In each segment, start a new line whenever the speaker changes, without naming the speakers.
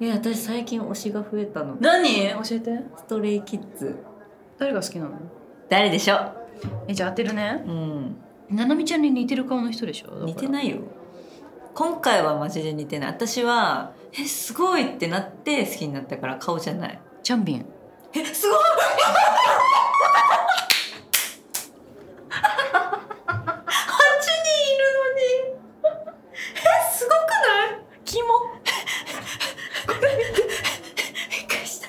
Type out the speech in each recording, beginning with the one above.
え私最近推しが増えたの
何教えて
ストレイキッズ
誰が好きなの
誰でしょう
えじゃあ当てるね
うん
ななみちゃんに似てる顔の人でしょ
似て
い
ないよ今回はマジで似てない私はえすごいってなって好きになったから顔じゃない
チャンビン
えす ごい !8 人いるのにえすごくないキモびっくりした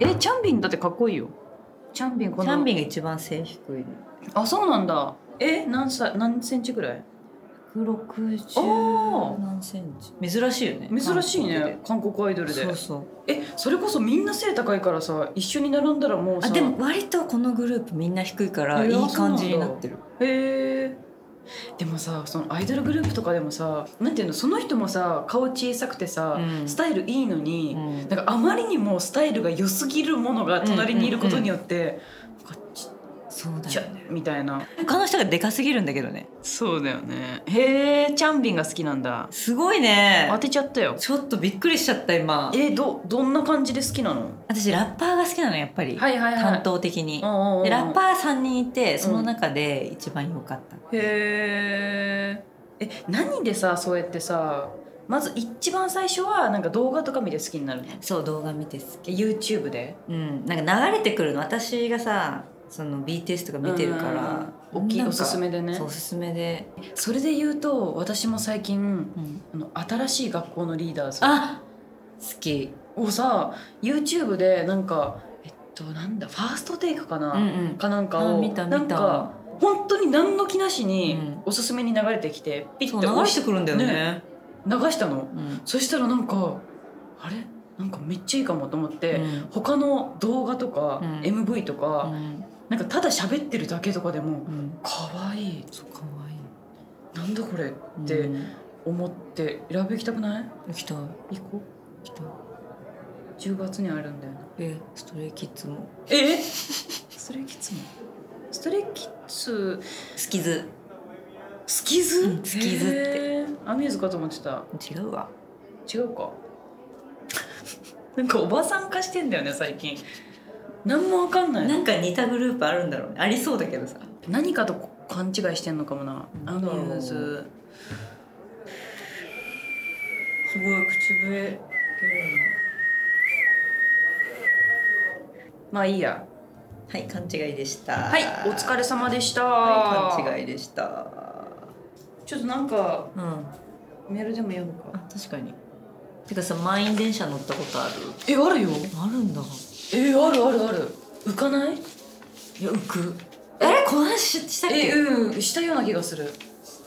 えチャンビンだってかっこいいよチャンビンこ
チ
の
ャンビンが一番背低いの
あそうなんだえ何歳何センチぐらい
160何センチ珍しいよね
珍しいね韓国アイド
韓
ル
国で
で
そうそう
えそれこそみんな背高いからさ一緒に並んだらもうさ
あでも割とこのグループみんな低いからい
い
い
や
感じになってる
へえでもさそのアイドルグループとかでもさなんていうのその人もさ顔小さくてさ、
うん
スタイルいいのに、
うん
なんかあまりにもスタイルが良すぎるものが隣にいることによって、なんかちっ
そうだ
ちゃ
よね
みたいな
他の人がでかすぎるんだけどね
そうだよねへえチャンビンが好きなんだ
すごいね
当てちゃったよ
ちょっとびっくりしちゃった今
えどどんな感じで好きなの
私ラッパーが好きなのやっぱり、
いはい
担当的に、でラッ
ー
パー3人いてその中で一番良かった、
へーえ何でさそうやってさまず一番最初はなんか動画とか見て好きになるの
そう動画見て好き
YouTube で
うんなんか流れてくるの私がさその BTS とか見てるから
うん大きい
なんか
おすすめでね
そうおすすめで、
それで言うと私も最近
うん
あの新しい学校のリーダーズ
あ好き
をさ YouTube でなんかえっとなんだファーストテイクかな、
うんうん
かなんかを
あ見た見た
なんか本当に何の気なしに
うん
おすすめに流れてきてピ
そ
ッ
う
て
流
押
れ
して
くるんだよね
ね流したの
うん
そしたらなんかあれなんかめっちゃいいかもと思って、
うん
他の動画とか、
うん
MV と
う
か、
ん
なんかただ喋ってるだけとかでも
うん
可愛い
そうかわいい
なんだこれって
うん
思ってライブ行きたくない
行きたい
行こ
行きたいう
10月にあるんだよね
えストレイキッズも
えストレイキッズもストレイキッズ
スキズ
スキズ、
うんスキズって
へーアミューズかと思ってた
違うわ
違うか なんかおばさん化してんだよね最近何もわかんない
なんか似たグループあるんだろうねありそうだけどさ
何かと勘違いしてんのかもなア
なん
ミ
だろう
ューズ
すごい口笛
まあいいや
はい勘違いでした
はいお疲れ様でした、
はい勘違いでした
ちょっとなんか
うん
メールでも読むか
確かにてかさ満員電車乗ったことある
えあるよ
あるんだ
えあるあるある浮かない
いや浮くあれこの話ししたっ
え
け
うんしたような気がする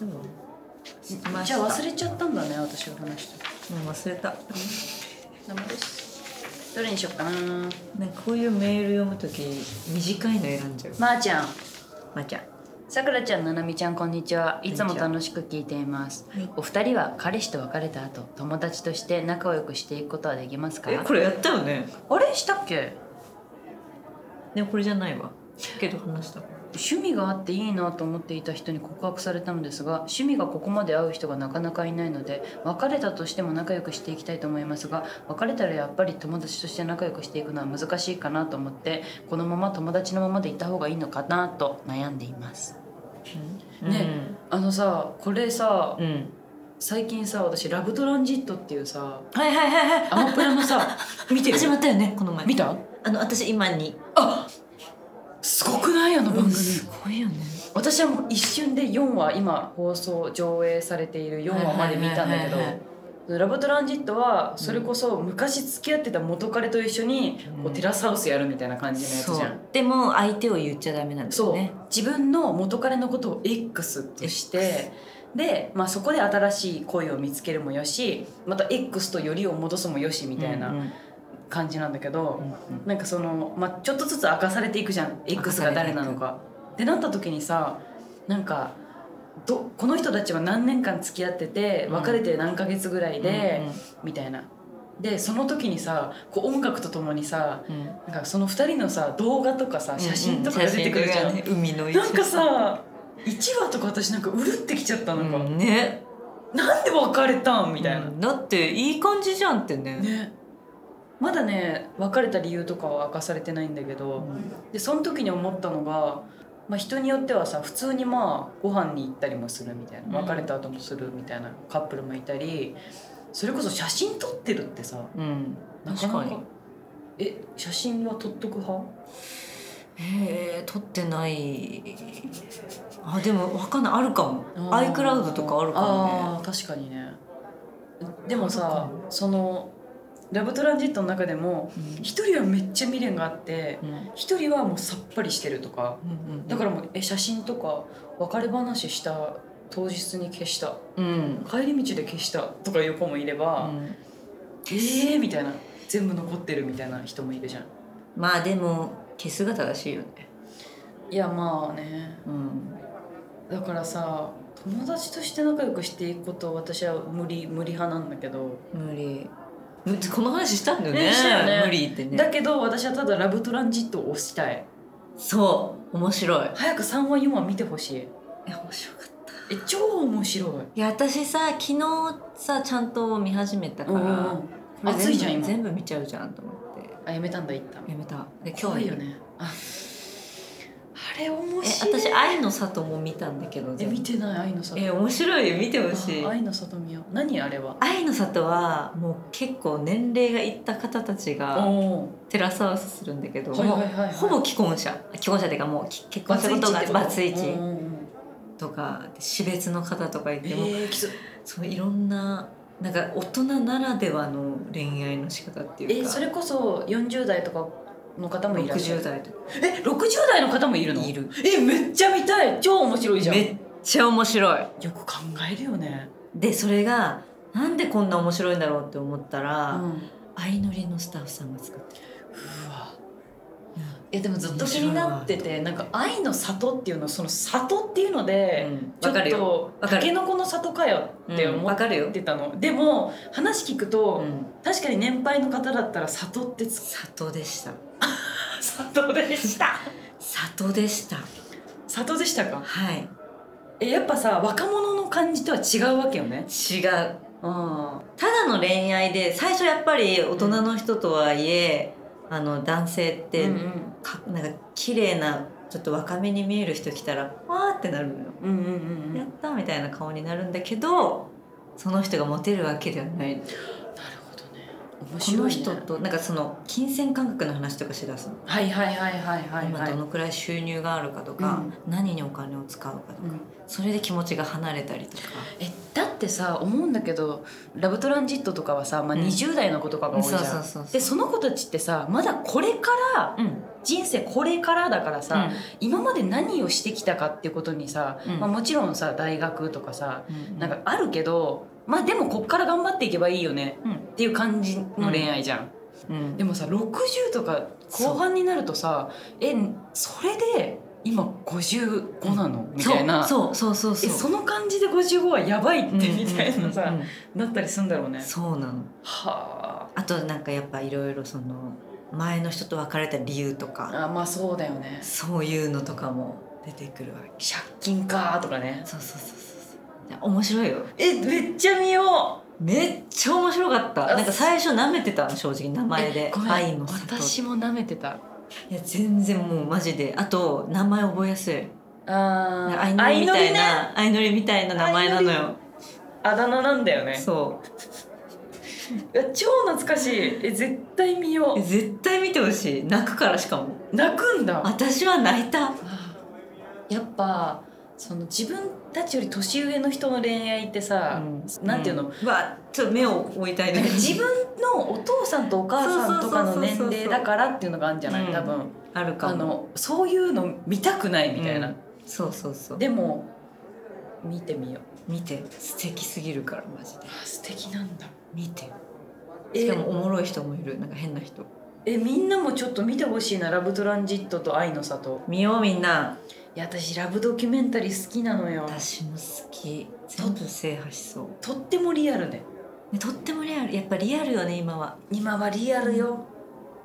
うん
じゃあ忘れちゃったんだね私が話した
うん忘れた
生ですどれにしよっかな
なんかこういうメール読むとき短いの選んじゃう
まー、ちゃん
まーちゃん
さくらちゃんななみちゃんこんにちはいつ
こん
も
にちは
楽しく聞いています、
はい
お二人は彼氏と別れた後友達として仲良くしていくことはできますか
えこれやったよね
あれしたっけ
でもこれじゃないわけど話した
趣味があっていいなと思っていた人に告白されたのですが趣味がここまで合う人がなかなかいないので別れたとしても仲良くしていきたいと思いますが別れたらやっぱり友達として仲良くしていくのは難しいかなと思ってこのまま友達のままでいた方がいいのかなと悩んでいますねあのさこれさ
うん、うん、
最近さ私「ラブトランジット」っていうさ
はいはいはいはい
アマプラのさ見てる
始まったよねこの前
見た
あの私今に
すごくないあの番組、
すごいよね
私はもう一瞬で4話今放送上映されている4話まで見たんだけ
はいはいはい
ど「ラブトランジット」はそれこそ昔付き合ってた元彼と一緒にこ
う
うんテラスハウスやるみたいな感じのやつじゃん。
でも相手を言っちゃダメなんだ
そ
よ
う
ね
自分の元彼のことを X としてで、まあ、そこで新しい恋を見つけるもよしまた X とよりを戻すもよしみたい
うん
な
うん
感じなんだけど、
うん
なんかその、まあ、ちょっとずつ明かされていくじゃん X が誰なのか。ってなった時にさなんかどこの人たちは何年間付き合ってて
うん
別れて何ヶ月ぐらいで、
う
みたいな。でその時にさこう音楽とともにさ
んうんうん
なんかその2人のさ動画とかさ写真とかが出てくるじ
うう
ゃん。
写真とかね海の一
なんかさ1話とか私なんかうるってきちゃったなんか、
うんね
なんで別れたんみたいな、
うんだっていい感じじゃんってね
ねまだね別れた理由とかは明かされてないんだけど、でその時に思ったのが、まあ、人によってはさ普通にまあご飯に行ったりもするみたいな
うん
別れた後もするみたいなカップルもいたりそれこそ写真撮ってるってさ
うん、
なかなか
確かに
え写真は撮っとく派
えー、撮ってないあでもわかんないあるかも
あー
iCloud とかあるかもね
あー確かにねでもさその「ラブトランジット」の中でも一人はめっちゃ未練があって
うんうん
一人はもうさっぱりしてるとか
うんうん
だからもうえ写真とか別れ話した当日に消した
うん、うん
帰り道で消したとかいう子もいれば、ええー、みたいな全部残ってるみたいな人もいるじゃん
まあでも消すが正しいよね
いやまあね
うん
だからさ友達として仲良くしていくことは私は無理無理派なんだけど、
無理む この話したんだよね
ねしたよね
無理ってね
だけど私はただラブトランジットを推したい
そう面白い
早く3話4話見てほしい
え面白かった
え超面白い
いや私さ昨日さちゃんと見始めたから、これ全部
熱いじゃん今
全部見ちゃうじゃんと思って
あやめたんだ一旦
やめたで今
怖
日
いよねああれ面
え
白い
私「愛の里」も見たんだけど
え
全部
見てない愛の里
え面白いよ見てほしい
あ愛の里見よう何あれは
愛の里はもう結構年齢がいった方たちが
おー
テラスハウスするんだけど、
はいはいはいはい
もうほぼ既婚者既婚者っていうかもうき結婚したことがバツイチ
うんうんうん
とかで死別の方とかい
え
ても、
ー、きつ
そういろんななんか大人ならではの恋愛の仕方っていう
え
か
それこそ40代とかの方もいらっしゃ
60
る
代とか
え60代の方もいるの
いる
えめっちゃ見たい超面白いじゃん
めっちゃ面白い
よく考えるよね
でそれがなんでこんな面白いんだろうって思ったら、
うん
相乗りのスタッフさんが作ってる、
うわいやでもずっと気になっててなんか「愛の里」っていうのその「里」っていうの
う
で、
ん、
ちょ
わか
っ
るよ
と
わか
た
る
けのこの里かよって
うん
思
わ
っ
かるよ、
てたの、でも話聞く
う
と、
ん、
確かに年配の方だったら「里」ってつ
里でした
里でした
里でした
里でしたか
はい
えやっぱさ若者の感じとは違うわけよね
違う
うん
ただの恋愛で最初やっぱり大人の人とはいえ、あの男性って、
うん
かなんか綺麗なちょっと若めに見える人来たらわーってなるのよ、
うんうんうんうん
やったみたいな顔になるんだけどその人がモテるわけではない、
なるほどね面
こ
白い、ね、
の人となんかその金銭感覚の話とかしだすの、
はいはいはいはいはい
今
はい
どのくらい収入があるかとか、何にお金を使うかとか、
うん
それで気持ちが離れたりとか
えだってさ思うんだけど「ラブトランジット」とかはさ、まあ、
うん
20代の子とかが多いじ
そ
ゃ、
うんそうそうそう
でその子たちってさまだこれから
うん
人生これからだからさ、
さ、
今まで何をしてきたかっていうことにさ、
うん
まあ、もちろんさ大学とかさ
うん
なんかあるけどまあでもこっから頑張っていけばいいよね
うん
っていう感じの恋愛じゃん、
うん
でもさ60とか後半になるとさえそれで今55なの、みたいな
そうそうそうそう
えその感じで55はやばいって
うん
みたいなさ、
うんうん
なったりするんだろうね
そうなの
は
あとなんかやっぱいろいろその前の人と別れた理由とか
ああまあそうだよね
そういうのとかも出てくるわけ
借金かーとかね
そうそうそうそうそう面白いよ
えめっちゃ見よう
めっちゃ面白かった
あ
なんか最初舐めてたの正直名前で
えごめん
愛の里
私も舐めてた
いや全然もうマジであと名前覚えやすい
あ
相乗りみたいな相乗りみたいな名前なの
相
よ
あだ名なんだよね
そ
え超懐かしいえ絶対見よ
うえ絶対見てほしい泣くからしかも
う泣くんだ
私は泣いた
やっぱその自分たちより年上の人の恋愛ってさ、
うん
なんていうの、
んわちょっと目を追いたい
なん
ね
か自分のお父さんとお母さんとかの年齢だからっていうのがあるんじゃな
う
い
ん
多分
あるか
あ
も
のそういうの見たくないみたいな、
うんそうそうそう
でも見てみよう
見て素敵すぎるからマジで
あ素敵なんだ
見て
え
しかもおもろい人もいるなんか変な人
えみんなもちょっと見てほしいな「ラブトランジットと愛の里
見ようみんな」
いや私ラブドキュメンタリー好きなのよ
私も好き全部制覇しそう
とってもリアルね
ねとってもリアルやっぱリアルよね今は
今はリアルよ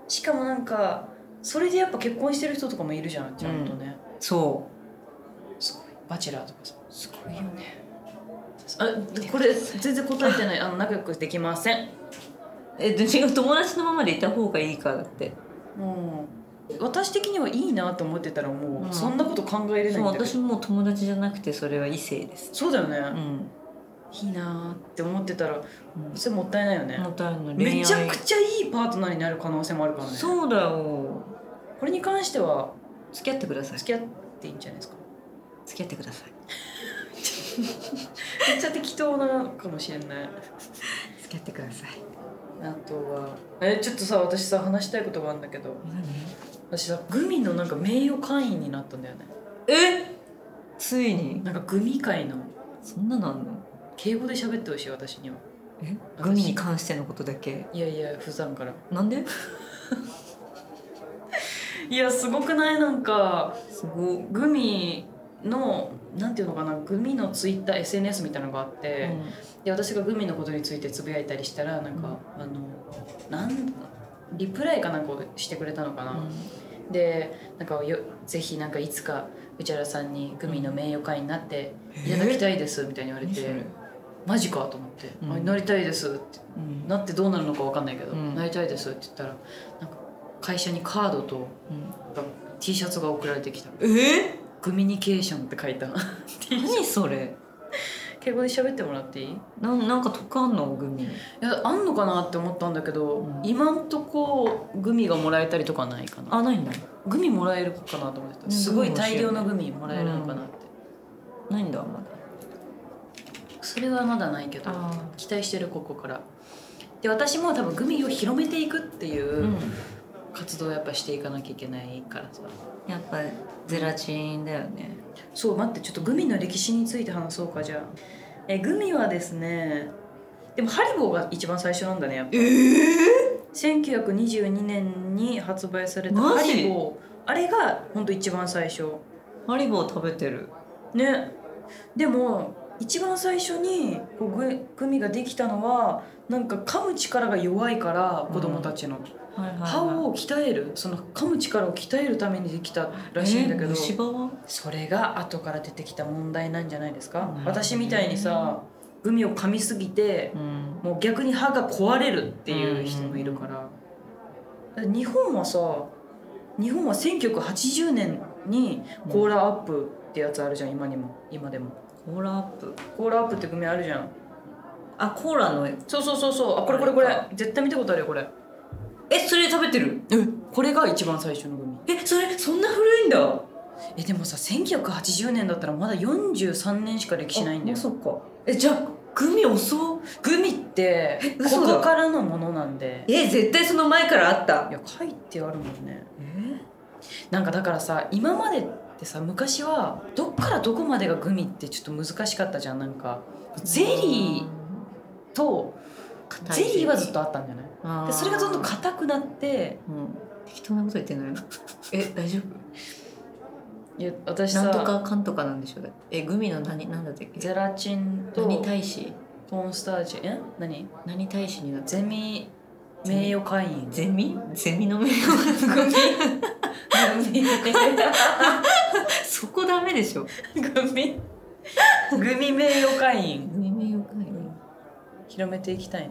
しかもなんかそれでやっぱ結婚してる人とかもいるじゃんちゃんとね、
そ
すごいバチェラーとかさ
うすごいよね
あこれ全然答えてないあの仲良くできません
えで違う友達のままでいた方がいいかだって
もう私的にはいいなと思ってたらもう、
うん
そんなこと考えれない
そ
ん
う
だけど
私もう友達じゃなくてそれは異性です
そうだよね、
うん、
いいなーって思ってたら
うん
それもったいないよね
もったいない恋愛
めちゃくちゃいいパートナーになる可能性もあるからね
そうだよ
これに関しては
付き合ってください付
付き合っていいんじゃないですか
き合ってください
めっちゃ適当なかもしれない
付き合ってください
あとはえちょっとさ私さ話したいことがあるんだけど私さグミのなんか名誉会員になったんだよね
えついに
なんかグミ会の
そんなのあんの
敬語で喋ってほしい私には
え
私
グミに関してのことだけ
いやいや普段から
なんで
いやすごくないなんか
すごい、
グミのなんていうのかなグミのツイッター SNS みたいなのがあって、
うん
で私がグミのことについてつぶやいたりしたらなんか、あのなんリプライかなんかをしてくれたのかな、でなんかよぜひなんかいつか内原さんにグミの名誉会になっていただきたいですみたいに言われて、
え
マジかと思って、
うん
あなりたいですって
うん
なってどうなるのかわかんないけど、
うん
なりたいですって言ったらなんか会社にカードと
うん
なんか T シャツが送られてきた
え
「グミニケーション」って書い た
何それ
敬語で喋ってもらっていい
なんなんか得あんのグミ
いやあんのかなって思ったんだけど、
うん
今んとこグミがもらえたりとかないかな
あないんだ
グミもらえるかなと思って
うん
たすご
グ
い
ミ欲しい
大
よ
量
ね
のグミもらえるのかなって、
ないんだまだ
それはまだないけど
あ
期待してるここからで私も多分グミを広めていくってい
うん
う活動をやっぱしていかなきゃいけないからさ、
やっぱゼラチンだよね
そう待ってちょっとグミの歴史について話そうかじゃあえグミはですねでもハリボーが一番最初なんだねやっぱ
え
1922年に発売された
マ
ハ
ジ
リボーあれがほんと一番最初
ハリボー食べてる
ねでも一番最初にこうググミができたのはなんか噛む力が弱いから子供たちの、
はいはい、はい、
歯を鍛えるその噛む力を鍛えるためにできたらしいんだけ
えー
ど、
虫歯は
それが後から出てきた問題なんじゃないです
なる
か
ほどね
私みたいにさグミを噛みすぎて
うん
もう逆に歯が壊れるっていう人もいるから、日本はさ日本は1980年にコーラアップってやつあるじゃん今にも今でも
コーラアップ
コーラアップってグミあるじゃん
あコーラの
そうそうそうそうあこれこれこ
あれ
れ
か
絶対見たことあるよこれ
えそれ食べてる
これが一番最初のグミ
えそれそんな古いんだ
えでもさ1980年だったらまだ43年しか歴史ないんだよ
あそっかえじゃあグミ遅っ
グミって
え
こ
嘘だ
こからのものなんで
え絶対その前からあった
いや書いてあるもんね
え
なんかだからさ今までってさ昔はどっからどこまでがグミってちょっと難しかったじゃんなんかゼリーとゼリーはずっとあったんだよね
あー
でそれがどんどん硬くなって
うん適当なこと言ってないえ大丈
いや私
夫なんと
さ
かかんとかなんでしょうだってえグミの何なんだったっけ
ゼラチンと
何大使
コーンスターチえ何
何大使になって
ゼミ名誉会員
ゼミゼミの名誉がすご い
グミ
そこダメでしょ
グミ グミ名誉会員
グミ名誉会議
広めていきたいね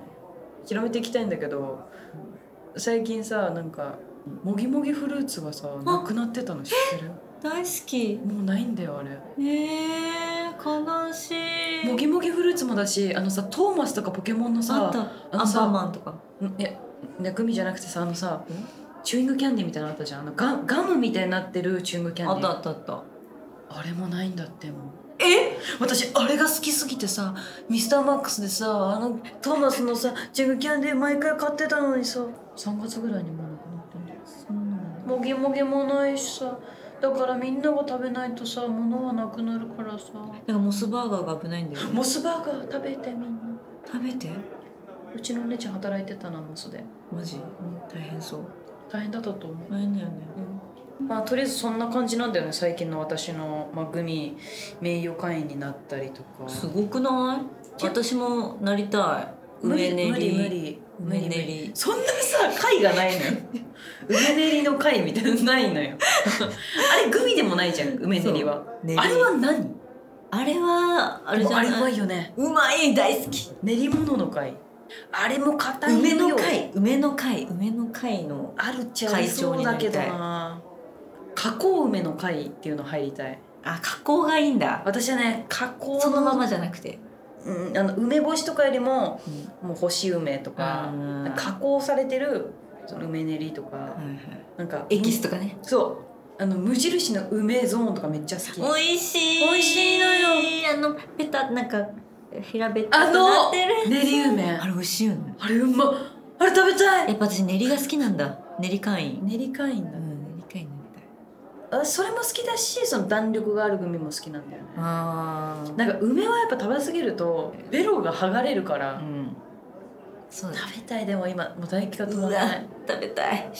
広めていきたいんだけど最近さなんかもぎもぎフルーツがさなくなってたの知ってる
大好き
もうないんだよあれ
えー、悲しい
もぎもぎフルーツもだしあのさトーマスとかポケモンの
あ
さ
った
あ
ア
の
ン
さ
パンマンとか
んえねグミじゃなくてさあのさチューイングキャンディーみたいなのあったじゃんあのガガムみたいになってるチューイングキャ
あ
ン
っ
ディ
た
ー
あったあった
あれもないんだってもう
え
私あれが好きすぎてさミスターマックスでさあのトーマスのさチューイングキャンディー毎回買ってたのにさ3月ぐらいにもうなくなってんだよ
そんなの
もぎもぎもないしさだからみんなが食べないとさ物はなくなるからさ
だからモスバーガーが危ないんだよ、ね、
モスバーガー食べてみんな
食べて
うちのお姉ちゃん働いてたなモスで
マジ、大変そう
大変だったと思う、
大変だよね
うん、まあとりあえずそんな感じなんだよね最近の私の、まあ、グミ名誉会員になったりとか
すごくない
け
私もなりたい
無
上
理
練り
無理無理無
梅練
理無理
り
そんなさ会がない のよ梅練りの会みたいなのないの よあれグミでもないじゃん梅練りは
練り
あれは何
あれはあれじゃ
あれう
な
ま
い
いよね
うまい大好き
練り物の会あれも硬いよ
梅の会梅の会梅の会の
あるっちゃありそうだけどな加工梅の会っていうの入りたい
あ加工がいいんだ
私はね加工
そのままじゃなくて、
うん、あの梅干しとかよりも
うん
もう干し梅とか
あー
加工されてるその梅練りとか
はいはい
なんか
エキスとかね
そうあの無印の梅ゾーンとかめっちゃ好き
美味しい
美味しいのよ
あのペタなんか平べっ
あ
たくな
の
ってる
練り梅
あれ美味しいよね
あれうまっあれ食べたい
やっぱ私練りが好きなんだ練り会員
練り会員
う
だ
ん練り会員になりたい
あそれも好きだしその弾力があるグミも好きなんだよね
あ
なんか梅はやっぱ食べ過ぎるとベロが剥がれるから、
うんそうだ
食べたいでも今もう唾液が止まらな
うわ
い
食べたい